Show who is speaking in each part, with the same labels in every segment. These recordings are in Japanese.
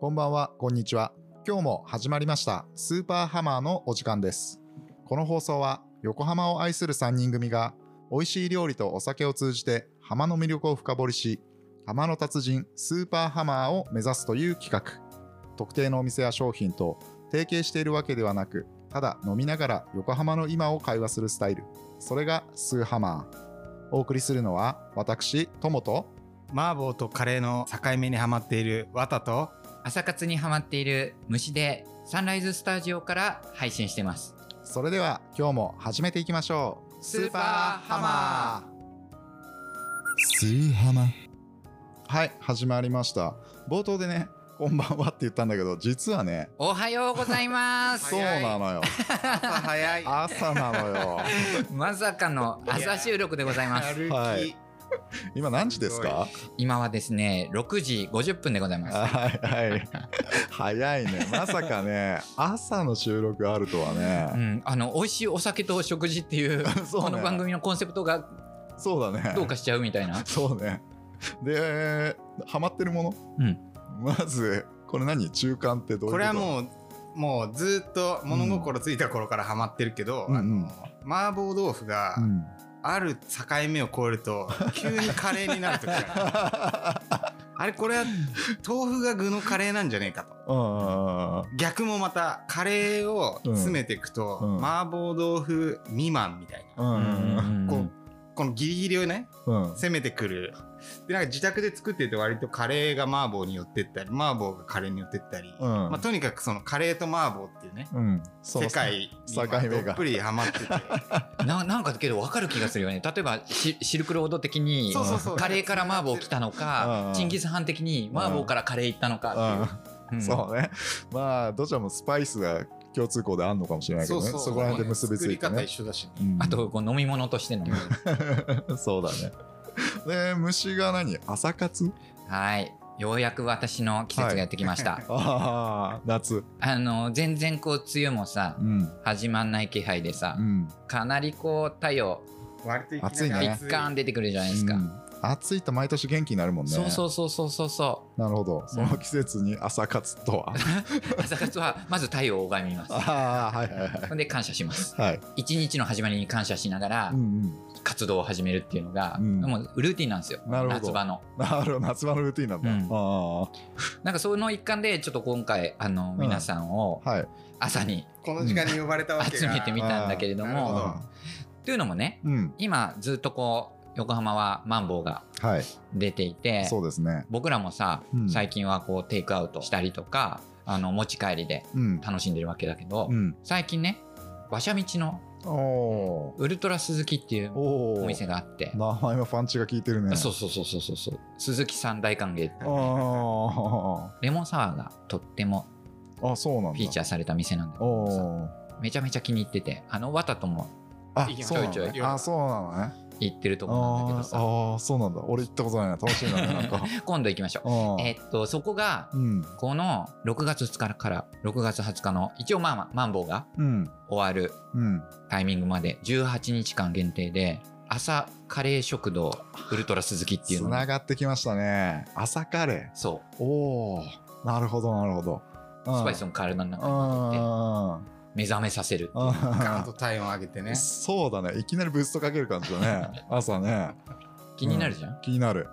Speaker 1: こんばんは、こんにちは。今日も始まりました、スーパーハマーのお時間です。この放送は、横浜を愛する3人組が、美味しい料理とお酒を通じて、浜の魅力を深掘りし、浜の達人、スーパーハマーを目指すという企画。特定のお店や商品と提携しているわけではなく、ただ飲みながら横浜の今を会話するスタイル。それがスーハマー。お送りするのは、私、ともと、
Speaker 2: 麻婆とカレーの境目にはまっている綿と
Speaker 3: 朝活にハマっている虫でサンライズスタジオから配信してます。
Speaker 1: それでは今日も始めていきましょう
Speaker 3: スーパーハ
Speaker 1: マースーハマはい始まりました冒頭でねこんばんはって言ったんだけど実はね
Speaker 3: おはようございます
Speaker 1: そうなのよ
Speaker 2: 朝早い
Speaker 1: 朝なのよ
Speaker 3: まさかの朝収録でございます。
Speaker 2: 歩き、
Speaker 1: はい今何時ですか
Speaker 3: 今はですね、6時50分でございます。
Speaker 1: はいはい早いねまさかね朝の収録あるとは
Speaker 3: う
Speaker 1: ね、
Speaker 3: ん、あの美味しいお酒と食事っていう
Speaker 1: そうね
Speaker 3: この番組のコンセプトが
Speaker 1: そうだね。
Speaker 3: どうかしちゃうみたいな
Speaker 1: そうねでハマってるもの
Speaker 3: うん、
Speaker 1: まずこれ何中間ってどういうこと
Speaker 2: これはもうもうずっと物心ついた頃からハマってるけど、
Speaker 1: うん
Speaker 2: あ
Speaker 1: うん
Speaker 2: の麻婆豆腐が
Speaker 1: うん
Speaker 2: ある境目を越えると急にカレーになる時が あるあれこれは豆腐が具のカレーなんじゃねえかと
Speaker 1: あ
Speaker 2: 逆もまたカレーを詰めていくと、
Speaker 1: うんうん
Speaker 2: 麻婆豆腐未満みたいな、
Speaker 1: あ、う
Speaker 3: うん
Speaker 1: んうん
Speaker 3: うん
Speaker 2: こ
Speaker 3: うん
Speaker 2: うこのギリギリをね
Speaker 1: うん、うん
Speaker 2: 攻めてくるでなんか自宅で作ってて割とカレーが麻婆に寄ってったり麻婆がカレーに寄ってったり、
Speaker 1: うん
Speaker 2: まあ、とにかくそのカレーと麻婆っていうね
Speaker 1: うん、その
Speaker 2: 世界に
Speaker 1: 境目が
Speaker 2: どっぷりハマって て
Speaker 3: ななんかけど分かる気がするよね例えばシシルクロード的に
Speaker 2: そうそうそう
Speaker 3: カレーから麻婆来たの
Speaker 1: うんうん
Speaker 3: かチンギス・ハン的に麻婆からカレー行ったのかっ
Speaker 1: う
Speaker 3: ていう、
Speaker 1: ん
Speaker 3: ん
Speaker 1: そうねまあどちらもスパイスが共通項であるのかもしれないけどねそこら辺で結びついて
Speaker 2: 作り方
Speaker 1: ね
Speaker 2: 一、緒だし、ね
Speaker 1: うん
Speaker 3: あとこう飲み物としての
Speaker 1: そうだねで虫が何朝活
Speaker 3: はいようやく私の季節がやってきました、
Speaker 1: ああ夏
Speaker 3: あの全然こう梅雨もさ
Speaker 1: うん
Speaker 3: 始まんない気配でさ
Speaker 1: うん
Speaker 3: かなりこう太陽
Speaker 2: 割といきなり
Speaker 1: 暑いね
Speaker 3: ピ
Speaker 1: 暑
Speaker 3: ッカーン出てくるじゃないですか、
Speaker 1: うん暑いと毎年元気になるもんね
Speaker 3: そうそうそうそうそうそう
Speaker 1: なるほどその季節に朝活とは
Speaker 3: 朝活はまず太陽を拝 みます
Speaker 1: ああはいはいはい
Speaker 3: ほんで感謝します
Speaker 1: はい
Speaker 3: 一日の始まりに感謝しながら、
Speaker 1: うんうん
Speaker 3: 活動を始めるっていうのが、
Speaker 1: うん
Speaker 3: もうルーティンなんですよ
Speaker 1: なるほど
Speaker 3: 夏場の
Speaker 1: なるほど夏場のルーティンなんだ、
Speaker 3: うん
Speaker 1: あ
Speaker 3: なんかその一環でちょっと今回あの、
Speaker 1: ん
Speaker 3: 皆さんを
Speaker 1: あはい
Speaker 3: 朝に
Speaker 2: この時間に呼ばれたわけが
Speaker 3: 集めてみたんだけれど
Speaker 2: なるほ
Speaker 3: も
Speaker 2: ど
Speaker 3: というのもね
Speaker 1: うん
Speaker 3: 今ずっとこう横浜はマンボウが
Speaker 1: はい
Speaker 3: 出ていて
Speaker 1: そうですね
Speaker 3: 僕らもさ、
Speaker 1: うん
Speaker 3: 最近はこうテイクアウトしたりとかあの持ち帰りで
Speaker 1: うん
Speaker 3: 楽しんでるわけだけど、
Speaker 1: うん
Speaker 3: 最近ね馬車道の
Speaker 1: おー
Speaker 3: ウルトラ鈴木っていう
Speaker 1: おー
Speaker 3: お店があって
Speaker 1: 名前もパンチが効いてるね
Speaker 3: そうそうそうそうそうそう鈴木さん大歓迎って
Speaker 1: あ
Speaker 3: レモンサワーがとっても
Speaker 1: ーあそうなんだ
Speaker 3: フィーチャーされた店なんだけどさ
Speaker 1: おー
Speaker 3: めちゃめちゃ気に入っててあの綿とも
Speaker 1: あ
Speaker 2: 行きまし
Speaker 1: そ
Speaker 2: ょ
Speaker 1: う
Speaker 2: う
Speaker 1: なの
Speaker 3: ちょい
Speaker 1: ね
Speaker 2: ちょい
Speaker 1: あそうなのね
Speaker 3: 行ってるところなんだけ
Speaker 1: あー
Speaker 3: どさ
Speaker 1: あーそうなんだ俺行ったことないな楽しみだ ねなんか
Speaker 3: 今度行きましょう
Speaker 1: あー
Speaker 3: えっとそこが
Speaker 1: うん
Speaker 3: この6月2日から6月20日の一応まあまあマンボウが
Speaker 1: うん
Speaker 3: 終わる
Speaker 1: うん
Speaker 3: タイミングまで18日間限定で朝カレー食堂ウルトラ鈴木っていう
Speaker 1: つ
Speaker 3: の
Speaker 1: な
Speaker 3: が
Speaker 1: がってきましたね朝カレ
Speaker 3: そ
Speaker 1: ーおおなるほどなるほど
Speaker 3: うスパイス
Speaker 1: も
Speaker 3: の体の中に入って
Speaker 1: あ
Speaker 3: 目覚めさせるっていう
Speaker 2: ガーン
Speaker 1: あ
Speaker 2: と体温上げてね
Speaker 1: そうだねいきなりブーストかける感じだ ね朝ね
Speaker 3: 気になるじゃん
Speaker 1: 気になる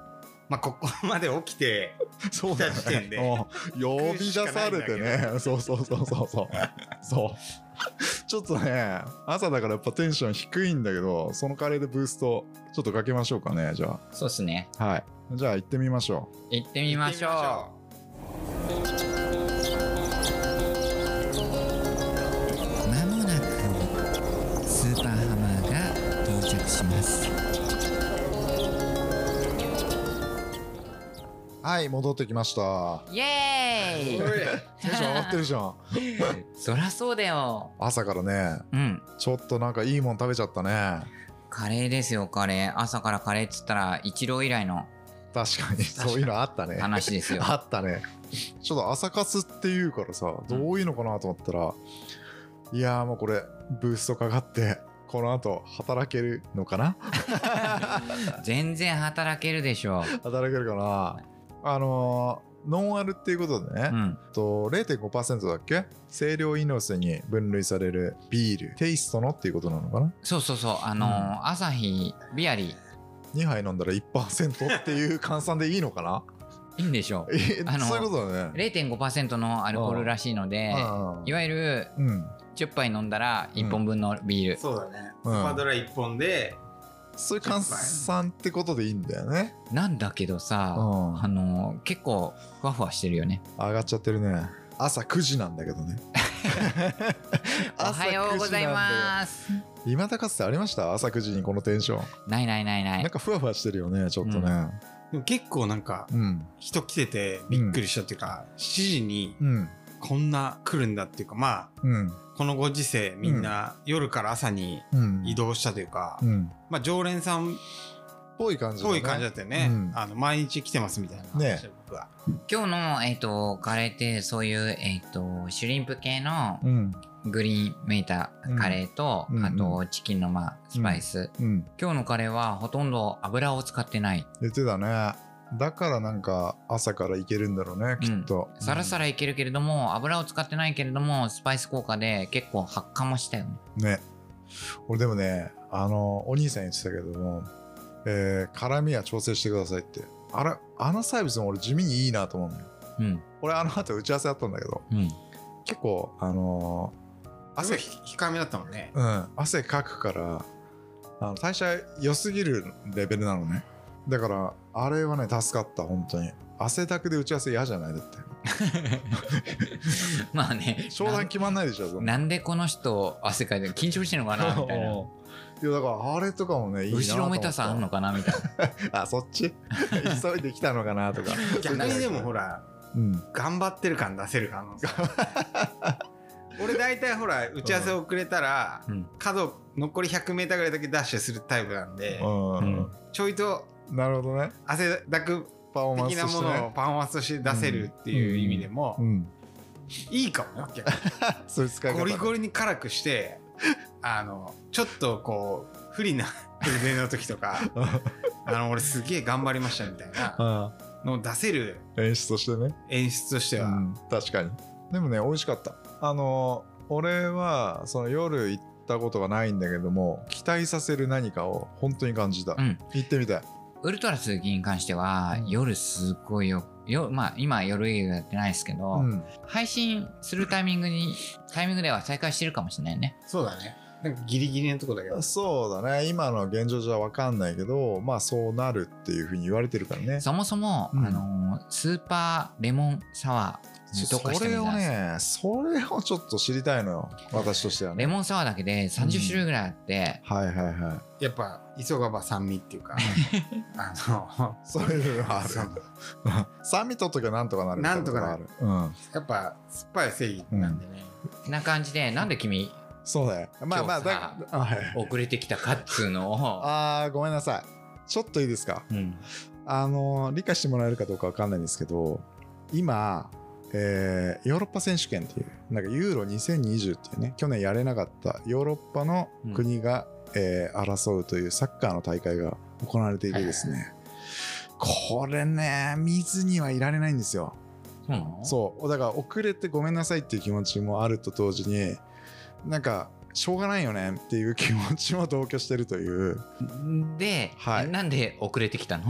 Speaker 2: まあここまで起きて
Speaker 1: そう
Speaker 2: 来
Speaker 1: だ
Speaker 2: た
Speaker 1: ね
Speaker 2: 時点で
Speaker 1: うん呼び出されてねそうそうそうそうそうそうちょっとね朝だからやっぱテンション低いんだけどそのカレーでブーストちょっとかけましょうかねじゃ
Speaker 3: そうっすね
Speaker 1: あはいじゃあ行ってみましょ
Speaker 3: 行ってみましょうまもなくスーパーハマーが到着します
Speaker 1: うはい戻ってきました
Speaker 3: イエ
Speaker 2: 行ってみましょうお
Speaker 3: ーイ
Speaker 2: い
Speaker 1: テンション上がってるじ ゃん
Speaker 3: そりゃそうだよ
Speaker 1: 朝からね
Speaker 3: うん
Speaker 1: ちょっとなんかいいもん食べちゃったね
Speaker 3: カレーですよカレー朝からカレーっつったらイチロー以来の
Speaker 1: 確かにそういうのあったね
Speaker 3: 話です よ
Speaker 1: あったね。ちょっと朝活っていうからさ、どういうのかなと思ったら、いやーもうこれ、ブーストかかって、この後働けるのかな
Speaker 3: 全然働けるでしょ
Speaker 1: 働けるかなあのーノンアルっていうことでね、
Speaker 4: うん
Speaker 1: と0.5%だっけ清涼飲料水に分類されるビールテイストのっていうことなのかな
Speaker 3: そうそうそうあのー朝日ビアリー
Speaker 1: 2杯飲んだら1%っていう換算でいいのかな
Speaker 3: いいんでしょう
Speaker 1: え
Speaker 3: あの
Speaker 1: そういうことだね
Speaker 3: 0.5%のアルコールらしいので
Speaker 1: あ
Speaker 3: いわゆる
Speaker 1: ーうん
Speaker 3: 10杯飲んだら1本分のビール、
Speaker 2: そうだね。ス
Speaker 1: うん
Speaker 2: パドラ1本で、
Speaker 1: そういう換算ってことでいいんだよね
Speaker 3: なんだけど
Speaker 1: う
Speaker 3: さ、
Speaker 1: ん
Speaker 3: あのー結構ふわふわしてるよね
Speaker 1: 上がっちゃってるね朝9時なんだけど ね
Speaker 3: おはようございます
Speaker 1: す今だかつてありました朝9時にこのテンション、
Speaker 3: ないないないな
Speaker 1: なん
Speaker 3: い
Speaker 1: かふわふわしてるよねちょっとね
Speaker 2: でも結構なんか、
Speaker 1: うん
Speaker 2: 人来ててびっくりしたっていうか、7時に
Speaker 1: うん
Speaker 2: こんな来るんだっていうか、ま
Speaker 1: うん
Speaker 2: あ、このご時世みんな夜から朝に
Speaker 1: うん
Speaker 2: 移動したというか、
Speaker 1: うん
Speaker 2: まあ常連さんっ
Speaker 1: ぽい感じだね
Speaker 2: ぽい感じだったよね。
Speaker 1: うん
Speaker 2: あの、毎日来てますみたいな話で僕は。
Speaker 3: 今日の、えっとカレーってそういう、えっとシュリンプ系の
Speaker 1: うん
Speaker 3: グリーンメイターカレーと、
Speaker 1: うん
Speaker 3: あ
Speaker 1: うん
Speaker 3: とチキンの、まあ、スパイス、
Speaker 1: うん
Speaker 3: 今日のカレーはほとんど油を使ってない
Speaker 1: 言ってたねだからなんか朝から行けるんだろうねきっと、
Speaker 3: サラ
Speaker 1: ラ
Speaker 3: サラいけるけれども、油を使ってないけれどもスパイス効果で結構発火もしたよね
Speaker 1: ね俺でもねあのお兄さん言ってたけども、えー辛みは調整してくださいってあれあのサービスも俺地味にいいなと思うのよ
Speaker 3: うん
Speaker 1: 俺あの後打ち合わせあったんだけど
Speaker 3: うん
Speaker 1: 結構あの
Speaker 2: 汗控えめだったも んね。
Speaker 1: ーうん汗かくからあの代謝良すぎるレベルなのねだからあれはね助かった本当に汗だくで打ち合わせ嫌じゃないだって
Speaker 3: まあね
Speaker 1: 商談決まんないでしょそんな
Speaker 3: なんでこの人汗かいてる緊張してるの かなみたいな
Speaker 1: うんいやだからあれとかもねいいなと
Speaker 3: 後ろ
Speaker 1: 思
Speaker 3: め
Speaker 1: った
Speaker 3: たさあんのかなみたいな
Speaker 1: あそっち 急いできたのかな とか
Speaker 2: 逆にでもほら、
Speaker 1: うん
Speaker 2: 頑張ってる感出せる可能 性俺大体ほら打ち合わせ遅れたら、
Speaker 3: うん
Speaker 2: 角残り 100m ぐらいだけダッシュするタイプなんで、
Speaker 1: うん
Speaker 2: ちょいと
Speaker 1: なるほどね
Speaker 2: 汗だく
Speaker 1: パフォーマン
Speaker 2: 的
Speaker 1: ス
Speaker 2: な
Speaker 1: とし
Speaker 2: も
Speaker 1: て
Speaker 2: のを
Speaker 1: ね
Speaker 2: パフォーマンスとして出せるっていう意味でも、
Speaker 1: うん
Speaker 2: いいかもよ逆
Speaker 1: そういう使い
Speaker 2: に
Speaker 1: 方
Speaker 2: ゴリゴリに辛くしてあのちょっとこう不利な腕の時と かあの俺すげえ頑張りましたみたいな
Speaker 1: あ
Speaker 2: のを出せる
Speaker 1: あ演出としてね
Speaker 2: 演出としては、
Speaker 1: うん確かにでもね美味しかったあの俺はその夜行ったことがないんだけども期待させる何かを本当に感じた、
Speaker 3: うん
Speaker 1: 行ってみたい
Speaker 3: ウルトラ鈴木に関しては、
Speaker 1: うん
Speaker 3: 夜すごいよよまあ今夜営業やってないですけど、
Speaker 1: うん
Speaker 3: 配信するタイミングにタイミングでは再開してるかもしれないね
Speaker 2: そうだねなんかギリギリのとこだけど
Speaker 1: そうだね今の現状じゃ分かんないけどまあそうなるっていうふうに言われてるからね
Speaker 3: そもそも、
Speaker 1: うん
Speaker 3: あのースーパーレモンサワーに特化し
Speaker 1: そ
Speaker 3: てる
Speaker 1: れ
Speaker 3: ん
Speaker 1: を
Speaker 3: じゃないですか、
Speaker 1: ねそれをちょっと知りたいのよ私としてはね
Speaker 3: レモンサワーだけで30種類ぐらいあって、
Speaker 1: はいはいはい
Speaker 2: やっぱ急がば酸味って いうかあの
Speaker 1: そういうのがある
Speaker 2: そう
Speaker 1: 酸味取っときゃなんとかなるみたいことがあるうん
Speaker 2: やっぱ酸っぱい正義なんでね、
Speaker 3: な感じでなんで君
Speaker 1: そうだよまあまあ
Speaker 3: 今日
Speaker 1: だ
Speaker 3: さ
Speaker 1: あはい
Speaker 3: 遅れてきたかっつうのを、
Speaker 1: あーごめんなさいちょっといいですか
Speaker 3: うん、
Speaker 1: あの理解してもらえるかどうかわかんないんですけど今、えーヨーロッパ選手権っていうなんかユーロ2020っていうね去年やれなかったヨーロッパの国が、えー争うというサッカーの大会が行われていてですね、これね見ずにはいられないんですよ
Speaker 3: そうなの
Speaker 1: そうだから遅れてごめんなさいっていう気持ちもあると同時になんかしょうがないよねっていう気持ちも同居してるという
Speaker 3: で、
Speaker 1: はい
Speaker 3: なんで遅れてきたの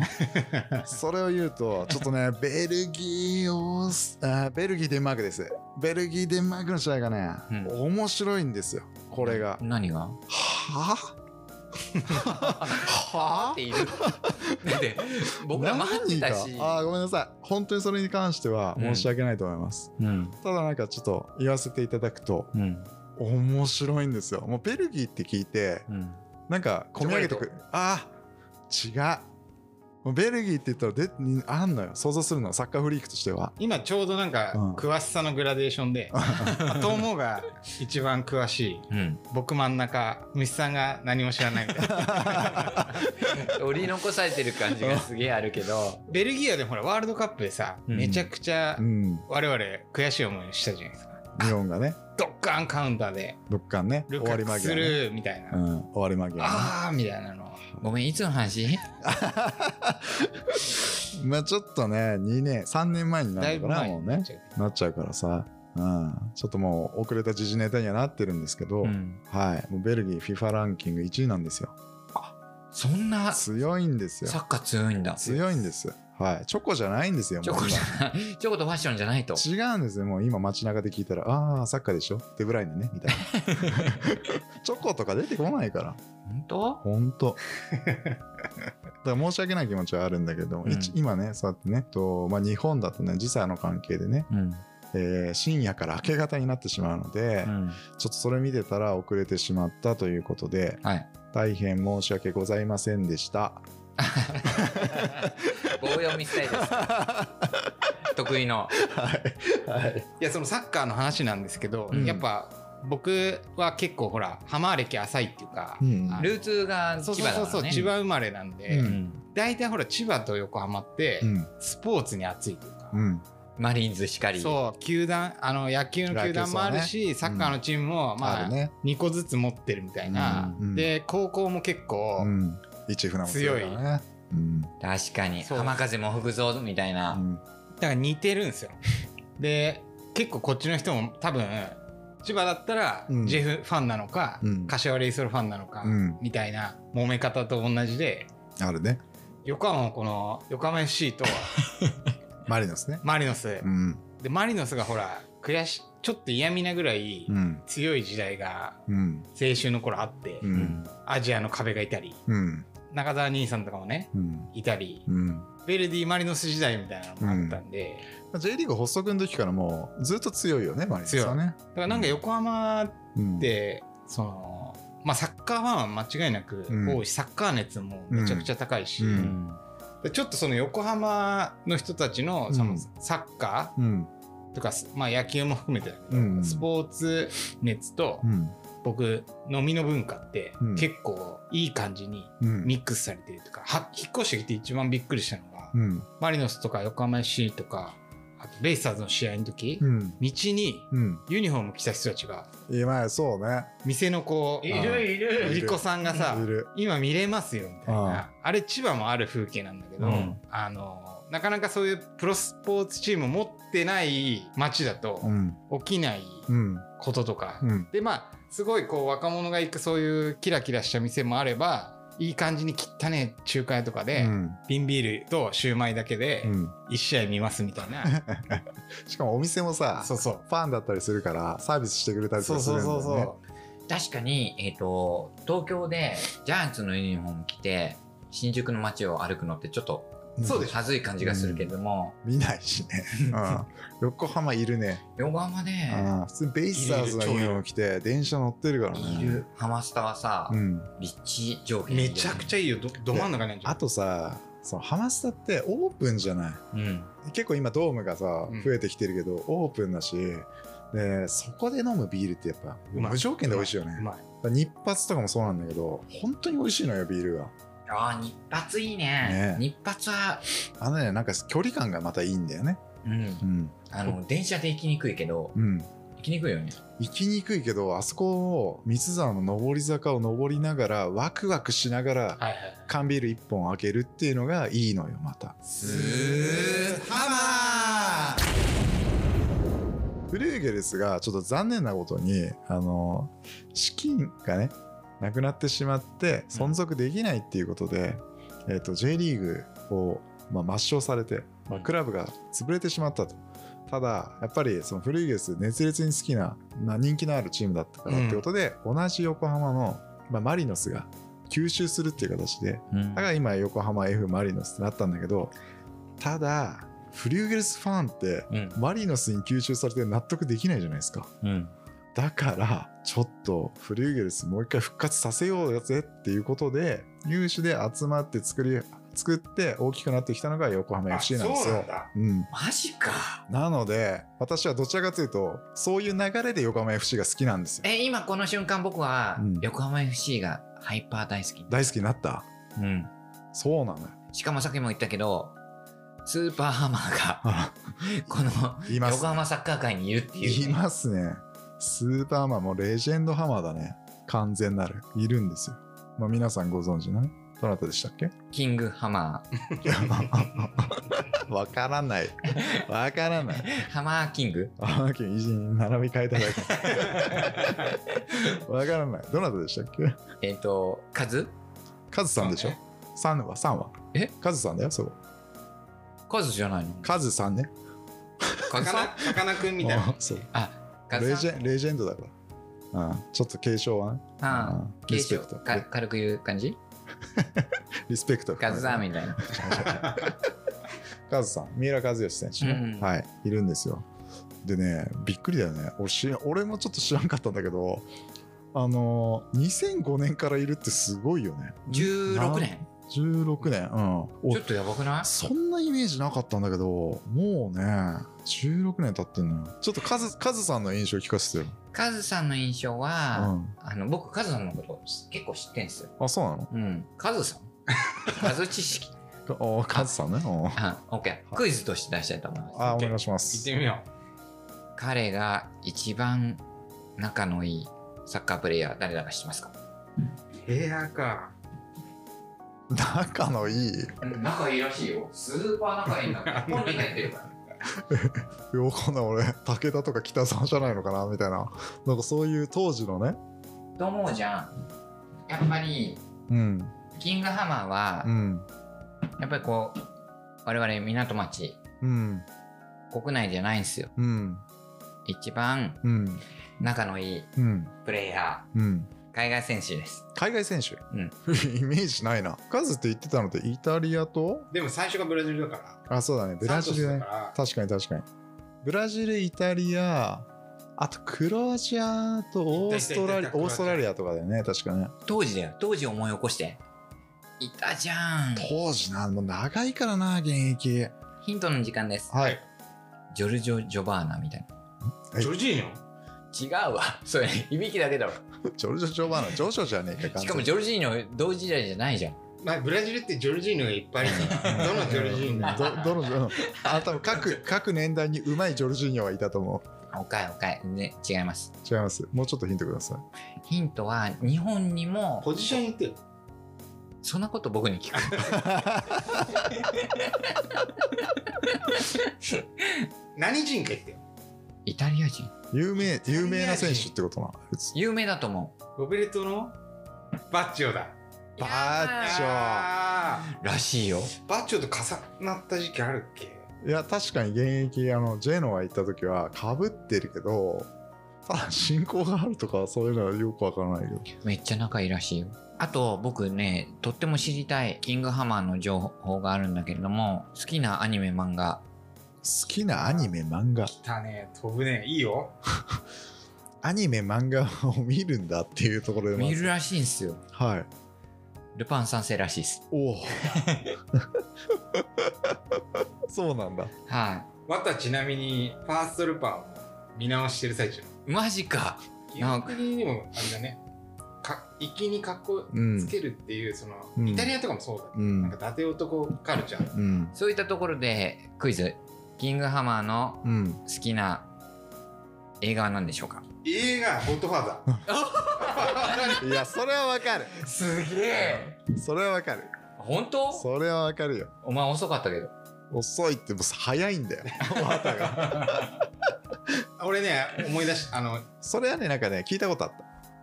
Speaker 1: それを言うと、ちょっと ね、ベルギーを、あーベルギー、デンマークです。ベルギー、デンマークの試合がね、
Speaker 3: うん
Speaker 1: 面白いんですよ、これが。
Speaker 3: 何が
Speaker 1: は ぁはぁ
Speaker 3: いるだって僕ら待ってたし
Speaker 1: 何があーごめんなさい。本当にそれに関しては申し訳ないと思います。
Speaker 3: うん
Speaker 1: ただなんかちょっと言わせていただくと、
Speaker 3: うん
Speaker 1: 面白いんですよ。もうベルギーって聞いて、
Speaker 3: うん
Speaker 1: なんか込み上げてくるあー違うもうベルギーって言ったらでにあんのよ想像するのサッカーフリークとしては
Speaker 2: 今ちょうどなんか
Speaker 1: うん
Speaker 2: 詳しさのグラデーション でトモが一番詳しい
Speaker 3: うん
Speaker 2: 僕真ん中虫さんが何も知らないみたい な
Speaker 3: 折り残されてる感じがすげえあるけど
Speaker 2: ベルギーはでもほらワールドカップでさ、
Speaker 3: うん
Speaker 2: めちゃくちゃ
Speaker 1: うん
Speaker 2: 我々悔しい思いをしたじゃないですか
Speaker 1: 日本がね、
Speaker 2: ドッカンカウンターで
Speaker 1: どっかん ね、終
Speaker 2: ル
Speaker 1: わ
Speaker 2: カ
Speaker 1: り
Speaker 2: ク
Speaker 1: 間
Speaker 2: す
Speaker 1: 際、ね。
Speaker 2: るみたいな、
Speaker 1: うん、終わり間際、ね。
Speaker 2: あーみたいなの
Speaker 3: ごめんいつの話
Speaker 1: まあちょっとね、2年、3年前にな
Speaker 2: だい
Speaker 1: る
Speaker 2: ぶ
Speaker 1: のかな、
Speaker 2: 前
Speaker 1: もう
Speaker 2: になっ
Speaker 1: ね。
Speaker 2: ちゃうけど
Speaker 1: なっちゃうからさ。うん、ちょっともう遅れた時事ネタにはなってるんですけど、
Speaker 3: うん
Speaker 1: はい、もうベルギー FIFA ランキング1位なんですよ。
Speaker 3: そんなサ
Speaker 1: 強いんですよ。
Speaker 3: ッカー強いんだチ
Speaker 1: 強いんです。はい、チョコじゃないんですよ。
Speaker 3: ョコ
Speaker 1: も
Speaker 3: じ
Speaker 1: う
Speaker 3: ゃないチョコとファッションじゃないと
Speaker 1: 今違うんですよ。もう今街中で聞いたら、ああ、サッカーでしょデブライネね、みたい な。チョコとか出てこないから。
Speaker 3: 本当
Speaker 1: ほんと。だから申し訳ない気持ちはあるんだけど、
Speaker 3: うん
Speaker 1: 一今ね、そうやってね、とまあ、日本だとね、時差の関係でね、
Speaker 3: うん
Speaker 1: えー深夜から明け方になってしまうので、
Speaker 3: うん
Speaker 1: ちょっとそれ見てたら遅れてしまったということで、
Speaker 3: はい
Speaker 1: 大変申し訳ございませんでした。
Speaker 3: 棒読みしたいです得意の
Speaker 1: はい。はい。
Speaker 2: いやそのサッカーの話なんですけど、
Speaker 3: うん
Speaker 2: やっぱ僕は結構ほらハマー歴浅いっていうか、
Speaker 1: うん
Speaker 2: あの
Speaker 3: ルーツが
Speaker 2: そう
Speaker 3: 千
Speaker 2: そう
Speaker 3: 葉
Speaker 2: そう
Speaker 3: だか
Speaker 2: そう、
Speaker 3: らね
Speaker 2: 千葉生まれなんで、
Speaker 1: う
Speaker 3: うん
Speaker 2: 大体ほら千葉と横浜って、
Speaker 1: うん。
Speaker 2: スポーツに熱いというか、
Speaker 1: うん。
Speaker 3: マリーンズしかり
Speaker 2: そう球団あの野球の球団もあるし、サッカーのチームも、ま
Speaker 1: あ
Speaker 2: あ
Speaker 1: るね。
Speaker 2: 2個ずつ持ってるみたいな、
Speaker 1: うん
Speaker 2: で高校も結構、
Speaker 1: うん。一船もからね。うん。
Speaker 3: 確かに
Speaker 2: そう
Speaker 3: 浜風も吹くぞみたいな、
Speaker 1: うん
Speaker 2: だから似てるんですよで結構こっちの人も多分千葉だったら
Speaker 1: うん
Speaker 2: ジェフファンなのか、
Speaker 1: うん
Speaker 2: 柏レイソルファンなのか、
Speaker 1: うん
Speaker 2: みたいな揉め方と同じで
Speaker 1: あるね。
Speaker 2: 横浜もこの横浜 FC と
Speaker 1: マリノスね。
Speaker 2: マリノス
Speaker 1: うん。
Speaker 2: でマリノスがほら悔しちょっと嫌味なぐらい
Speaker 1: うん。
Speaker 2: 強い時代が
Speaker 1: うん。
Speaker 2: 青春の頃あって、
Speaker 1: うん
Speaker 3: うん
Speaker 2: アジアの壁がいたり
Speaker 1: うん。
Speaker 2: 中澤兄さんとかもね
Speaker 1: うん。
Speaker 2: いたり
Speaker 1: うん。
Speaker 2: ベルディマリノス時代みたいなのもあったんで、
Speaker 1: J リーグ発足の時からもうずっと強いよね、マリノスはね。
Speaker 2: だからなんか横浜っ
Speaker 1: うん。
Speaker 2: て、そのまあサッカーファンは間違いなく多いし、サッカー熱もめちゃくちゃ高いし、
Speaker 1: うんうん
Speaker 2: でちょっとその横浜の人たちのそ
Speaker 1: うん
Speaker 2: のサッカ
Speaker 1: うん。
Speaker 2: ーとか、まあ、野球も含めてだけど、
Speaker 1: うん
Speaker 2: スポーツ熱と
Speaker 1: うん。
Speaker 2: 僕飲みの文化って
Speaker 1: うん
Speaker 2: 結構いい感じに
Speaker 1: うん。
Speaker 2: ミックスされてるというか、は引っ越してきて一番びっくりしたのが、
Speaker 1: うん。
Speaker 2: マリノスとか横浜 FC とかあとベイスターズの試合の時、
Speaker 1: うん。
Speaker 2: 道に
Speaker 1: うん。
Speaker 2: ユニフォーム着た人たちが
Speaker 1: いや、まあそうね。
Speaker 2: 店のこう
Speaker 1: いる
Speaker 3: い
Speaker 2: 売り子さんがさ
Speaker 1: いる。
Speaker 2: 今見れますよみたいな
Speaker 1: あ
Speaker 2: あれ千葉もある風景なんだけど、
Speaker 3: うん
Speaker 2: あのなかなかそういうプロスポーツチームを持ってない街だと
Speaker 1: うん。
Speaker 2: 起きない
Speaker 1: うん。
Speaker 2: こととか、
Speaker 1: うん。
Speaker 2: でまあすごいこう若者が行くそういうキラキラした店もあればいい感じに汚ね中華屋とかで、
Speaker 1: うん。
Speaker 2: 瓶ビールとシューマイだけで
Speaker 1: うん。
Speaker 2: 1試合見ますみたいな、
Speaker 1: しかもお店もさ、
Speaker 2: そうそう
Speaker 1: ファンだったりするからサービスしてくれたりと
Speaker 2: そう
Speaker 1: かす
Speaker 2: そ
Speaker 1: るん
Speaker 2: う
Speaker 1: だ
Speaker 2: そう
Speaker 1: よね。
Speaker 2: そ
Speaker 3: 確かに、えっと東京でジャイアンツのユニフォーム着て新宿の街を歩くのってちょっと
Speaker 1: うん
Speaker 2: そうでしょ
Speaker 3: 恥ずい感じがするけれども、
Speaker 1: 見ないし ね。うん。横浜いるね。
Speaker 3: 横浜で
Speaker 1: うん。普通にベイスターズのユニフォーム着て電車乗ってるからね。
Speaker 3: いるハマスタはさ、
Speaker 1: うん。
Speaker 3: 立地条
Speaker 2: う
Speaker 3: 件いいよ
Speaker 2: め
Speaker 3: ね
Speaker 2: ちゃくちゃいいよどど真ん中にあるじゃん
Speaker 1: あとさそのハマスタってオープンじゃない
Speaker 3: うん
Speaker 1: 結構今ドームがさ
Speaker 2: うん
Speaker 1: 増えてきてるけど、オープンだしでそこで飲むビールってやっぱ
Speaker 2: うまい
Speaker 1: 無条件で美味しいよね
Speaker 2: うまい
Speaker 1: 日発とかもそうなんだけど本当に美味しいのよビールが
Speaker 3: ああ日発いいね
Speaker 1: ね
Speaker 3: 日発は
Speaker 1: あのねなんか距離感がまたいいんだよね
Speaker 3: うん
Speaker 1: うん
Speaker 3: あの電車で行きにくいけど
Speaker 1: うん
Speaker 3: 行きにくいよね
Speaker 1: 行きにくいけどあそこを三ツ沢の上り坂を上りながらワクワクしながら
Speaker 2: はいはいはい
Speaker 1: 缶ビール1本開けるっていうのがいいのよまた
Speaker 3: す
Speaker 2: ハマー
Speaker 1: フルーゲルスがちょっと残念なことにあの資金がねなくなってしまって存続できないっていうことで、えー、と J リーグを、まあ、抹消されて、まあ、クラブが潰れてしまったと。ただやっぱりそのフルーゲルス熱烈に好きな、まあ、人気のあるチームだったからってことで、同じ横浜の、まあ、マリノスが吸収するっていう形で
Speaker 3: うん
Speaker 1: だから今横浜 F ・マリノスってなったんだけどただフリューゲルスファンって
Speaker 3: うん
Speaker 1: マリノスに吸収されて納得できないじゃないですか
Speaker 3: うん
Speaker 1: だからちょっとフリューゲルスもう一回復活させようぜっていうことで有志で集まって作り作って大きくなってきたのが横浜 FC なんです
Speaker 2: そうな
Speaker 1: よ
Speaker 2: ん。だ
Speaker 1: うん、
Speaker 3: マジか
Speaker 1: なので私はどちらかというとそういう流れで横浜 FC が好きなんですよ
Speaker 3: え今この瞬間僕は
Speaker 1: うん
Speaker 3: 横浜 FC がハイパー大好き、
Speaker 1: 大好きになった
Speaker 3: うん、
Speaker 1: そうなのよ
Speaker 3: しかもさっきも言ったけどスーパーハマーが
Speaker 1: あ
Speaker 3: この
Speaker 1: 言いま
Speaker 3: 横
Speaker 1: す、ね、
Speaker 3: 浜サッカー界にいるっていう
Speaker 1: 言い
Speaker 3: ね、
Speaker 1: ますねスーパーマンもうレジェンドハマーだね完全なるいるんですよ、まあ、皆さんご存知のねどなたでしたっけ
Speaker 3: キングハマー
Speaker 1: わからないわからない
Speaker 3: ハマーキング
Speaker 1: あーきに並び替えただ けわからないどなたでしたっけ
Speaker 3: えっ、とカズ
Speaker 1: カズさんでしょ3は3は
Speaker 3: え
Speaker 1: カズさんだよそこ
Speaker 3: カズじゃないの
Speaker 1: カズさんね
Speaker 3: カズ
Speaker 2: か
Speaker 3: さ
Speaker 2: なんかかなクンみたい
Speaker 1: あ
Speaker 2: な
Speaker 1: ーそう
Speaker 3: カズ
Speaker 1: レ
Speaker 3: さ
Speaker 1: ジ
Speaker 3: ん
Speaker 1: ェンレジェンドだから、うん、ちょっと継承はね、
Speaker 3: ああ
Speaker 1: うんリ
Speaker 3: 軽
Speaker 1: スペ
Speaker 3: 症
Speaker 1: クト
Speaker 3: か軽く言う感じ
Speaker 1: リスペクト
Speaker 3: カズさんみたいな
Speaker 1: カズさん三浦知良選手ね、
Speaker 3: うん
Speaker 1: はいいるんですよでねびっくりだよね俺知ら俺もちょっと知らんかったんだけどあのー2005年からいるってすごいよね
Speaker 3: 16年
Speaker 1: 16年うんお
Speaker 3: ちょっとやばくない
Speaker 1: そんなイメージなかったんだけどもうね16年経ってんのよちょっとカズカズさんの印象聞かせてよ、
Speaker 3: カズさんの印象
Speaker 1: う
Speaker 3: は、
Speaker 1: ん、
Speaker 3: あの僕カズさんのこと結構知ってんすよ、
Speaker 1: あそうなの
Speaker 3: うん、カズ さんカズ知識
Speaker 1: かあカズさんねうん
Speaker 3: あオッケークイズとして出したいと思います
Speaker 1: あお願いしま
Speaker 2: 行っ
Speaker 1: す
Speaker 2: てみよ
Speaker 3: 彼が一番仲のいいサッカープレイヤー誰だか知ってますか
Speaker 2: う部屋か
Speaker 1: 仲のいい
Speaker 3: 仲いいらしいよスーパー仲いいんだから 本人が言ってるから
Speaker 1: よくな俺武田とか北さんじゃないのかなみたいななんかそういう当時のね
Speaker 3: と思うじゃんやっぱり
Speaker 1: うん
Speaker 3: キングハマーは、
Speaker 1: うん
Speaker 3: やっぱりこう我々港町
Speaker 1: うん
Speaker 3: 国内じゃないんですよ
Speaker 1: うん
Speaker 3: 一番
Speaker 1: うん
Speaker 3: 仲のいい
Speaker 1: うん
Speaker 3: プレイヤ
Speaker 1: うん
Speaker 3: ー海外選手です
Speaker 1: 海外選手、
Speaker 3: ん
Speaker 1: イメージないなカズって言ってたのってイタリアと
Speaker 2: でも最初がブラジルだから
Speaker 1: あそうだねブラジル
Speaker 2: サ
Speaker 1: だ
Speaker 2: ン
Speaker 1: ね
Speaker 2: トスだから
Speaker 1: 確かに確かにブラジルイタリアあとクロアチアとオーストラリ
Speaker 2: いたいたい
Speaker 1: ア
Speaker 2: た
Speaker 1: オーストラリアとかだよね確かね
Speaker 3: 当時だよ当時思い起こしていたじゃん
Speaker 1: 当時なもう長いからな現役
Speaker 3: ヒントの時間です
Speaker 1: はい
Speaker 3: ジョルジョ・ジョバーナみたい
Speaker 1: はい
Speaker 2: ジョルジーニョ
Speaker 3: な違うわそれ響きだけだろ
Speaker 1: ジョルジョ・ジョバーナジョジョじゃねえか完全に
Speaker 3: しかもジョルジーニョ同時代じゃないじゃん
Speaker 2: まあブラジルってジョルジーニョがいっぱいいるからどのジョルジーニ ョ
Speaker 1: どどのジョうんあ多分各各年代にうまいジョルジーニョはいたと思う
Speaker 3: おかいおかいね違います
Speaker 1: 違いますもうちょっとヒントください
Speaker 3: ヒントは日本にも
Speaker 2: ポジション言ってよ
Speaker 3: そんなこと僕に聞 く
Speaker 2: 何人か言ってよ
Speaker 3: イタリア人
Speaker 1: 有名有名な選手ってことな普通
Speaker 3: 有名だと思う
Speaker 2: ロベルトのバッチョだ
Speaker 1: バッチョ
Speaker 2: あ
Speaker 3: らしいよ
Speaker 2: ーバッチョと重なった時期あるっけ
Speaker 1: いや確かに現役あのジェノア行った時はかぶってるけどただ進行があるとかそういうのはよくわからないけど
Speaker 3: めっちゃ仲いいらしいよあと僕ねとっても知りたいキングハマーの情報があるんだけれども好きなアニメ漫画
Speaker 1: 好きなアニメ漫画
Speaker 2: 来たね飛ぶねいいよ
Speaker 1: アニメ漫画を見るんだっていうところでまず
Speaker 3: 見るらしいんすよ
Speaker 1: はい
Speaker 3: ルパン三世らしいです
Speaker 1: おおそうなんだ
Speaker 3: は
Speaker 2: わたちなみにファーストルパンを見直してる最中
Speaker 3: いマジかなんか
Speaker 2: 逆にでもあれだねか粋に格好
Speaker 1: うん
Speaker 2: つけるっていうその、
Speaker 1: うん
Speaker 2: イタリアとかもそうだね、
Speaker 1: うん
Speaker 2: なんか伊達男カルチャー
Speaker 1: うん
Speaker 3: そういったところでクイズキングハマーの
Speaker 1: うん
Speaker 3: 好きな映画は何でしょうか
Speaker 2: 映画「ゴッドファーザー
Speaker 1: いやそれはわかる
Speaker 3: すげえ
Speaker 1: それはわかる
Speaker 3: 本当
Speaker 1: それはわかるよ
Speaker 3: お前遅かったけど
Speaker 1: 遅いってもう早いんだよわたが」
Speaker 2: 俺ね思い出したあの、
Speaker 1: それはねなんかね聞いたことあっ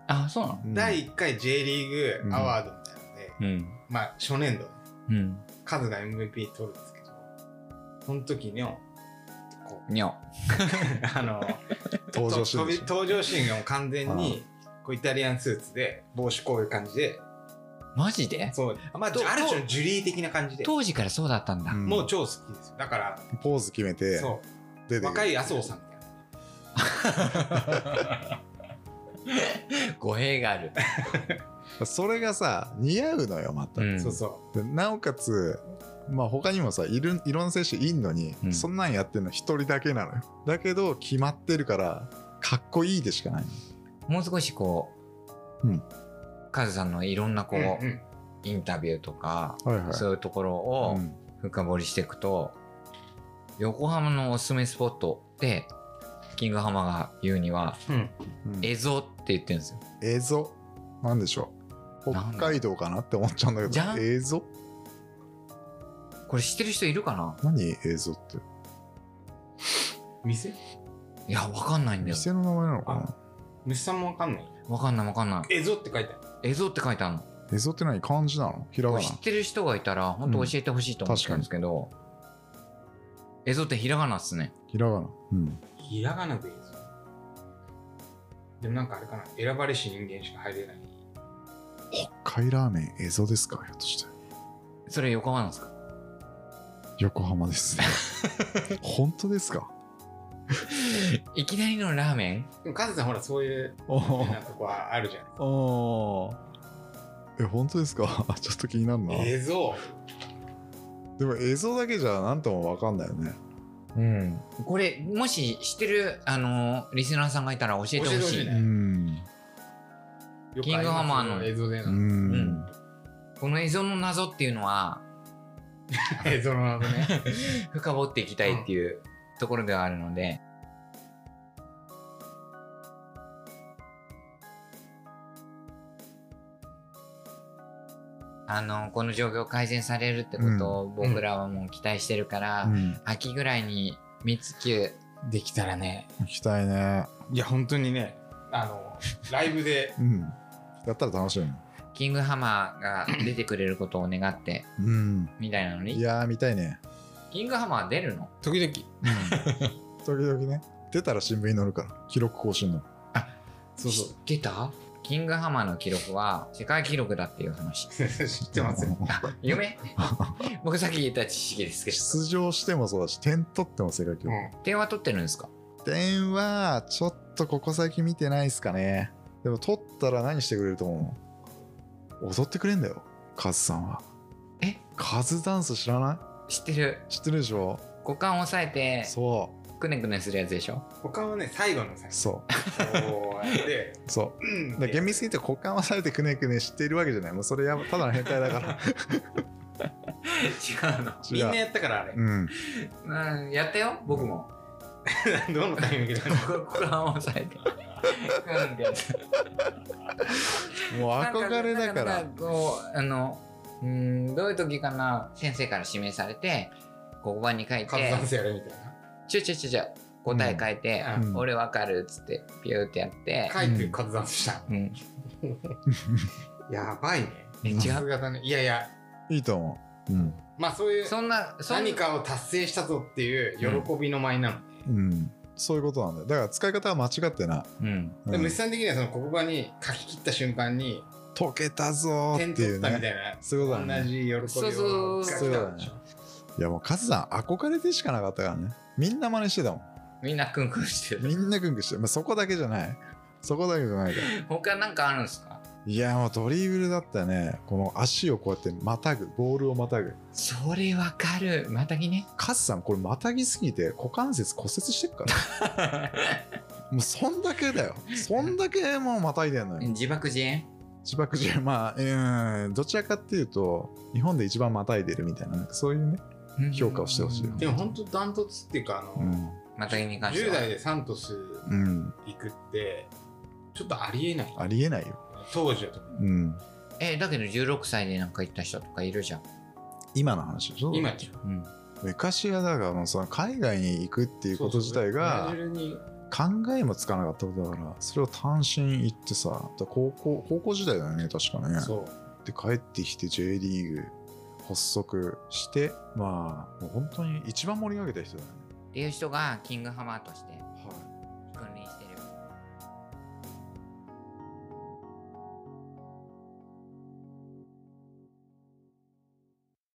Speaker 1: た、
Speaker 3: あそうなの
Speaker 1: うん
Speaker 2: 第1回 J リー
Speaker 1: うん
Speaker 2: グアワードみたいなので、
Speaker 3: うん
Speaker 2: まあ初年度
Speaker 3: うん
Speaker 2: カズが MVP 取るんですけどその 時のこう
Speaker 3: にょ
Speaker 2: あの
Speaker 1: 登場シーンでしょ
Speaker 2: と登場シーンがもう完全にこうイタリアンスーツで帽子こういう感じで
Speaker 3: マジで
Speaker 2: そうまあ
Speaker 3: と
Speaker 2: ある種のジュリー的な感じで
Speaker 3: 当時からそうだったんだ、
Speaker 1: うん
Speaker 2: もう超好きですよだから、
Speaker 1: ポーズ決めて
Speaker 2: そ
Speaker 1: 出て
Speaker 2: う若い麻生さんみたいな
Speaker 3: 語弊がある
Speaker 1: それがさ似合うのよまた、
Speaker 3: うん
Speaker 2: そうそ
Speaker 1: でなおかつまあ他にもさいるいろんな選手いんのに、
Speaker 3: うん
Speaker 1: そんなんやってるの一人だけなのよだけど決まってるからかっこいいでしかない
Speaker 3: もう少しこう、
Speaker 1: うん
Speaker 3: カズさんのいろんな
Speaker 2: う
Speaker 3: こう、
Speaker 2: うんうん
Speaker 3: インタビューとか、
Speaker 1: はいは
Speaker 3: そういうところを
Speaker 1: うん
Speaker 3: 深掘りしていくと、横浜のおすすめスポットでキングハマが言うには
Speaker 2: うん。
Speaker 1: うん
Speaker 3: 映像って言ってるんですよ
Speaker 1: 映像なんでしょう
Speaker 3: なん
Speaker 1: 北
Speaker 3: だ
Speaker 1: 海道かなって思っちゃうんだ
Speaker 3: じ
Speaker 1: け
Speaker 3: ゃ
Speaker 1: ど
Speaker 3: ん
Speaker 1: 映像
Speaker 3: これ知ってる人いるかな
Speaker 1: 何映像って
Speaker 2: 店
Speaker 3: いやわかんないんだよ
Speaker 1: 店の名前なのかな
Speaker 2: 虫さんもわかんない。
Speaker 3: わかんないわかんない
Speaker 2: えぞって書いてある。
Speaker 3: 映像って書いてあるの
Speaker 1: 映像って何漢字なのひら
Speaker 3: こ
Speaker 1: が
Speaker 3: れ
Speaker 1: な
Speaker 3: 知ってる人がいたら本当教えてほしいと思ってるんですけど、映像ってひらがなっすね
Speaker 1: ひらがなうん
Speaker 2: ひらがなでえぞ。でもなんかあれかな。選ばれし人間しか入れない。
Speaker 1: 北海ラーメン映像ですかひょっとして
Speaker 3: それ横浜なんですか
Speaker 1: 横浜ですね本当ですか
Speaker 3: いきなりのラーメン
Speaker 2: でもカズさんほらそういう
Speaker 1: お
Speaker 2: 変なとこはあるじゃ
Speaker 1: おえ本当ですか ちょっと気になるな、
Speaker 2: ない。えぞ。
Speaker 1: でも映像だけじゃ何とも分かんないよね
Speaker 3: うんこれもし知ってるあのーリスナーさんがいたら教えてほ
Speaker 2: 教えてほ
Speaker 3: し
Speaker 2: し
Speaker 3: い
Speaker 2: いね
Speaker 1: うん
Speaker 2: よく
Speaker 3: キングハマーの
Speaker 2: ありますよ映像で
Speaker 1: う
Speaker 2: な。
Speaker 1: ん
Speaker 3: この映像の謎っていうのは
Speaker 2: 映像の謎ね。
Speaker 3: 深掘っていきたいっていうところではあるので、あのこの状況改善されるってことを
Speaker 2: ん
Speaker 3: 僕らはもう期待してるから、
Speaker 1: うん
Speaker 3: 秋ぐらいに三つ球
Speaker 2: できたらね。
Speaker 1: 行きたいね
Speaker 2: いや、本当にね、あの、ライブで、
Speaker 1: うんやったら楽しいもん
Speaker 3: キングハマーが出てくれることを願って
Speaker 1: うん
Speaker 3: みたいなの
Speaker 1: い
Speaker 3: に
Speaker 1: やー見たいね
Speaker 3: キングハマー出るの
Speaker 2: 時々、
Speaker 1: 時々ね出たら新聞に載るから記録更新の
Speaker 2: そう
Speaker 3: 知ってたキングハマーの記録は世界記録だっていう話
Speaker 2: そう、知ってますよ。
Speaker 3: 夢僕さっき言った知識ですけど
Speaker 1: 出場してもそうだし点取っても正解記
Speaker 2: う
Speaker 1: 録、
Speaker 2: ん。
Speaker 3: 電話取ってるんですか
Speaker 1: 点はちょっとここ最近見てないっすかねでも取ったら何してくれると思う踊ってくれんだよカズさんは
Speaker 3: え
Speaker 1: カズダンス知らな
Speaker 3: 知ってる
Speaker 1: い知ってるでしょ
Speaker 3: 股間押さえて
Speaker 1: そ
Speaker 3: くねくねするやつでしょ
Speaker 2: 他はね、最後の最
Speaker 1: う
Speaker 2: 後。
Speaker 1: そう
Speaker 2: こうやって、
Speaker 1: そう
Speaker 2: うん
Speaker 1: だから厳密に言って股間はされてくねくねしてるわけじゃないもうそれやばただの変態だから
Speaker 3: 違うの
Speaker 2: みんなやったからあれ、
Speaker 1: うん
Speaker 3: うんやったよ僕も
Speaker 2: どのタイミングで
Speaker 3: 股間押さえてうんってやつ
Speaker 1: もう憧れだか
Speaker 3: な
Speaker 1: ら
Speaker 3: んこうあのうーんどういう時かな先生から指名されて黒板に書い
Speaker 2: カズ
Speaker 3: て
Speaker 2: ダンスやるみたい
Speaker 3: 「ちょちょちょちょ答え書いて
Speaker 2: な、
Speaker 1: う
Speaker 2: うんん、
Speaker 3: 俺わかる」っつってピューってやって、
Speaker 2: 書いてカズダンスした、
Speaker 3: うん、
Speaker 2: やばいね
Speaker 3: え違
Speaker 2: さ
Speaker 3: う
Speaker 2: すがだねいやいや
Speaker 1: いいと思ううん
Speaker 2: まあそういう
Speaker 3: そんなそん
Speaker 2: 何かを達成したぞっていう喜びの舞なの、
Speaker 1: うんそういうことなんだよだから使い方は間違ってない、
Speaker 3: うん
Speaker 1: うん
Speaker 2: で虫さん的にはその黒板に書き切った瞬間に
Speaker 1: 溶けたぞー
Speaker 2: 点
Speaker 1: って
Speaker 2: 取
Speaker 1: い
Speaker 2: っ
Speaker 1: う
Speaker 2: たみ
Speaker 1: ね
Speaker 2: たいな、
Speaker 1: そういうことだ
Speaker 2: 同
Speaker 1: ね
Speaker 2: じ喜びを
Speaker 3: そうそう
Speaker 2: が来
Speaker 1: そう
Speaker 2: たんでしょ
Speaker 1: いやもうカズさん憧れてしかなかったからねみんな真似してたもん
Speaker 3: みんなクンクンしてる
Speaker 1: みんなクンクンしてる、まあ、そこだけじゃないそこだけじゃないから
Speaker 3: 他なんかあるんですか
Speaker 1: いやもうドリブルだったねこの足をこうやってまたぐボールをまたぐ
Speaker 3: それわかるまたぎね
Speaker 1: カズさんこれまたぎすぎて股関節骨折してっから もうそんだけだよ。そんだけもうまたいでんのよ。
Speaker 3: 自爆自演
Speaker 1: 自爆中、まあ、うん、どちらかっていうと、日本で一番またいでるみたいな、なんかそういうね。評価をしてほしいよ
Speaker 2: でも本当ダントツっていうかあの、
Speaker 1: うん。
Speaker 3: またぎに関して
Speaker 2: 10
Speaker 3: は
Speaker 2: 代でサントス
Speaker 1: うん。
Speaker 2: 行くってちょっとありえない
Speaker 1: ありえないよ。
Speaker 2: 当時は特に
Speaker 1: うん。
Speaker 3: えだけど16歳でなんか行った人とかいるじゃん、
Speaker 1: 今の話でしょ
Speaker 2: 今でしょ
Speaker 3: うん、
Speaker 1: 昔はだからもうその海外に行くっていうこと自体が
Speaker 2: そうそうブラジルに
Speaker 1: 考えもつかなかったことだからそれを単身行ってさだから高校高校時代だよね確かね
Speaker 2: そう
Speaker 1: で帰ってきて J リーグ発足してまあもう本当に一番盛り上げた人だよね
Speaker 3: っていう人がキングハマーとして